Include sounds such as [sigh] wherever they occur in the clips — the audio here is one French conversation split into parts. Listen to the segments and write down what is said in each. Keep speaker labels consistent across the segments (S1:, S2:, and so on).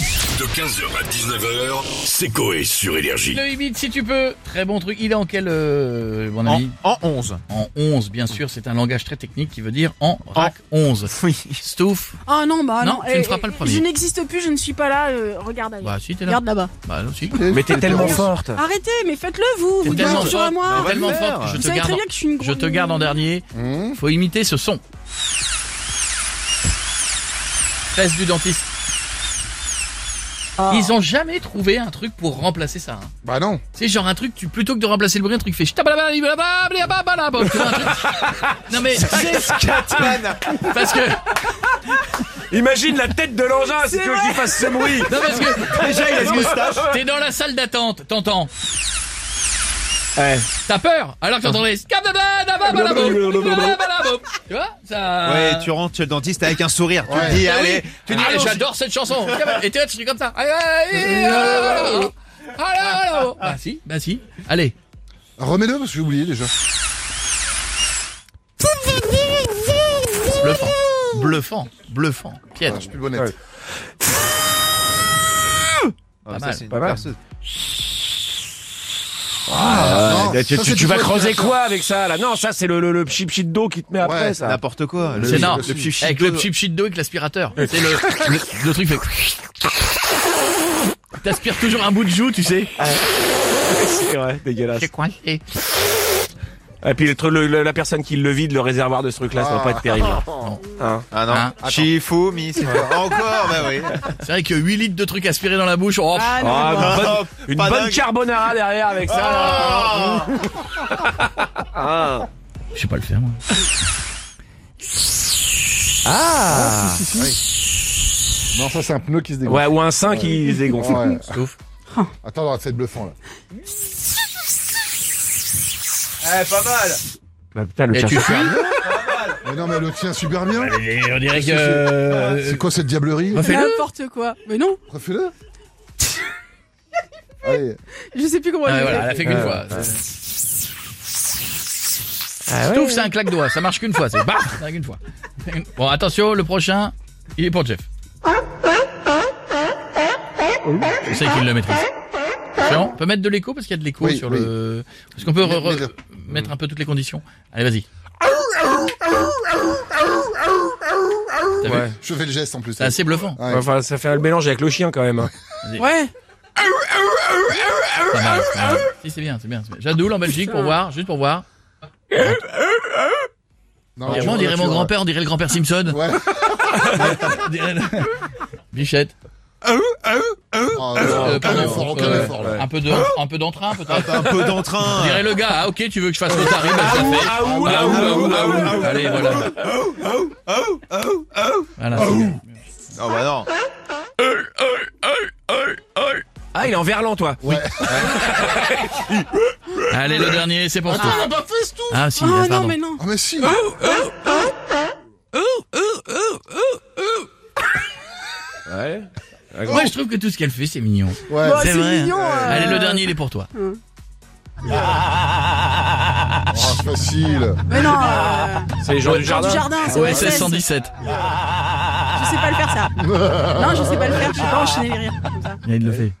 S1: De 15h à 19h, c'est Coé sur Énergie.
S2: Le limite si tu peux. Très bon truc. Il est en quel, euh, mon
S3: En,
S2: ami
S3: en 11.
S2: En 11, bien sûr. C'est un langage très technique qui veut dire en rack 11.
S3: Oui.
S2: Stouff.
S4: Ah non, bah
S2: Non,
S4: non.
S2: tu ne feras pas le premier.
S4: Je n'existe plus, je ne suis pas là. euh, regarde ailleurs.
S2: Bah, si, t'es là.
S4: regarde là-bas.
S2: Bah, non, si.
S5: Mais t'es tellement forte.
S4: Arrêtez, mais faites-le vous.
S2: T'es
S4: Vous
S2: tellement
S4: êtes toujours à
S2: forte.
S4: moi.
S3: va le
S2: Tellement
S3: faire.
S2: fort que je
S4: Vous
S2: te
S4: savez
S2: garde.
S4: très
S2: en-
S4: bien que je suis une grosse.
S2: Je te garde en dernier. Faut imiter ce son. Reste du dentiste. Ils ont jamais trouvé un truc pour remplacer ça. hein.
S6: Bah non.
S2: C'est genre un truc, tu, plutôt que de remplacer le bruit, un truc fait ch'tabalabalabalabalabalabalabal. Tu vois, un truc- Non mais, parce que,
S5: Imagine la tête de l'engin si tu veux qu'il fasse ce bruit.
S2: non parce que,
S3: [laughs] Déjà, il a une moustache.
S2: T'es dans la salle d'attente, t'entends T'as peur Alors que
S3: [laughs]
S2: t'entendais ah, bah, Tu vois ça...
S3: Ouais, tu rentres chez le dentiste avec un sourire. Tu te dis,
S2: Ah oui,
S3: allez.
S2: Tu dis, j'adore cette chanson Et t'es là, tu fais comme ça Bah si, bah si Allez
S6: Remets-le parce que j'ai oublié déjà.
S2: Bluffant Bluffant Bluffant
S6: Ah,
S2: Piètre
S6: je suis plus bonnette.
S5: Ouais.
S3: Ah,
S2: Pas
S3: ça,
S2: mal.
S3: c'est une
S5: Pas mal.
S3: perceuse.
S6: Ah, non,
S5: Là, tu,
S6: ça,
S5: tu-
S6: c'est
S5: tu vas
S6: toujours
S5: creuser
S6: une personne.
S5: quoi avec ça là Non, ça c'est le, le, le pchit pchit d'eau qui te met après
S6: Ouais,
S5: ça.
S3: N'importe quoi. Le-
S2: C'est non,
S3: le pchit-pchit
S2: avec le
S3: d'eau.
S2: chip shit d'eau avec l'aspirateur. C'est le, le, le truc fait. T'aspires toujours un bout de joue, tu sais.
S5: [laughs] C'est vrai, dégueulasse.
S2: J'ai coincé.
S5: Et puis le, truc- le- le- la personne qui le vide, le réservoir de ce truc là, ça va pas être terrible.
S3: Ah
S2: Hein,
S3: non.
S2: attends.
S3: Chifumi, c'est pas- Encore, bah oui.
S2: C'est vrai que 8 litres de trucs aspirés dans la bouche, oh,
S4: Ah non.
S5: Ah,
S3: bah,
S5: une bonne-
S3: hop,
S5: une
S3: pas
S5: bonne
S3: dingue.
S5: carbonara derrière avec ça. là. Ah.
S2: je sais pas le faire moi.
S6: Non, ça c'est un pneu qui se dégonfle.
S5: Ah. Ouais, ou un sein qui se dégonfle.
S6: Ouais.
S2: Sauf.
S6: Attends, on va être bluffant là.
S3: Eh, pas mal.
S5: Bah, putain, le
S2: Et
S5: tien,
S2: tu fuis
S6: Mais non, mais le tient super bien.
S2: Ah, On dirait que. Ah,
S6: C'est quoi cette diablerie
S4: N'importe quoi. Mais non,
S6: [laughs] Refais-le. Allez.
S4: je sais plus comment
S2: Ah,
S4: je
S2: voilà,
S4: l'ai
S2: elle a fait qu'une fois.
S5: Ah
S2: Stouff, c'est un claque-doigt, ça marche qu'une fois, c'est bah, ça marche qu'une fois. Bon, attention, le prochain, il est pour Jeff. Je sais qu'il le maîtrise. Attention, on peut mettre de l'écho parce qu'il y a de l'écho
S6: Oui,
S2: sur
S6: oui.
S2: le. Est-ce qu'on peut re- re-
S6: Mais-
S2: mettre un peu toutes les conditions Allez, vas-y. T'as vu
S5: Ouais.
S6: Je fais le geste en plus.
S2: C'est assez bluffant.
S6: Ouais.
S5: Enfin, ça fait un mélange avec le chien quand même. hein.
S4: Ouais.
S2: Pas mal, pas mal. Si, c'est bien, c'est bien. c'est bien. Jadoul en Belgique pour voir, juste pour voir.
S6: Non,
S2: Vraiment,
S6: Ah, tu vois,
S2: on dirait
S6: tu
S2: mon
S6: vois.
S2: grand-père, on dirait le grand-père Simpson.
S6: Ouais.
S2: On dirait le- [laughs] Bichette.
S6: Ah, non, [laughs]
S2: Euh,
S6: aucun
S2: pardon,
S6: effort, aucun
S2: euh,
S6: effort, là.
S2: un peu de, un peu d'entrain, peut-être.
S3: Un peu
S2: On
S3: d'entrain.
S2: dirait le gars, ah, ok, tu veux que je fasse l'otarie, bah, ça fait.
S5: Aou,
S2: Ah,
S5: aou, aou,
S2: ouh, ah,
S5: aou.
S2: ouh, ah, ouh. Allez, voilà. Voilà, c'est bien.
S3: Oh, bah non.
S5: Ah, il est en verlan, toi.
S2: Allez, le dernier, c'est pour
S6: Attends,
S2: toi.
S6: on l'a pas fait ce tout
S2: Ah, si,
S4: bah, Ah non,
S2: pardon.
S4: mais non.
S6: Ah, mais si
S5: Ouais.
S2: Moi, je trouve que tout ce qu'elle fait, c'est mignon.
S6: Ouais.
S4: Bon,
S2: c'est
S4: c'est
S2: vrai.
S4: mignon. euh,
S2: Allez, le dernier, il est pour toi.
S6: Ah, c'est facile.
S4: Mais non. euh,
S5: C'est les gens du jardin.
S4: du jardin, c'est
S2: Ouais,
S4: OSS.
S2: 1617.
S4: Je sais pas le
S2: [laughs]
S4: faire ça. non, je sais pas le faire. Je peux pas enchaîner les rires comme ça.
S2: Il le
S6: [laughs]
S2: fait.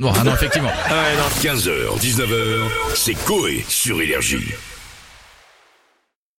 S2: Bon, ah non, effectivement.
S5: Ah ouais, non.
S1: 15h, 19h, c'est Coé sur Énergie.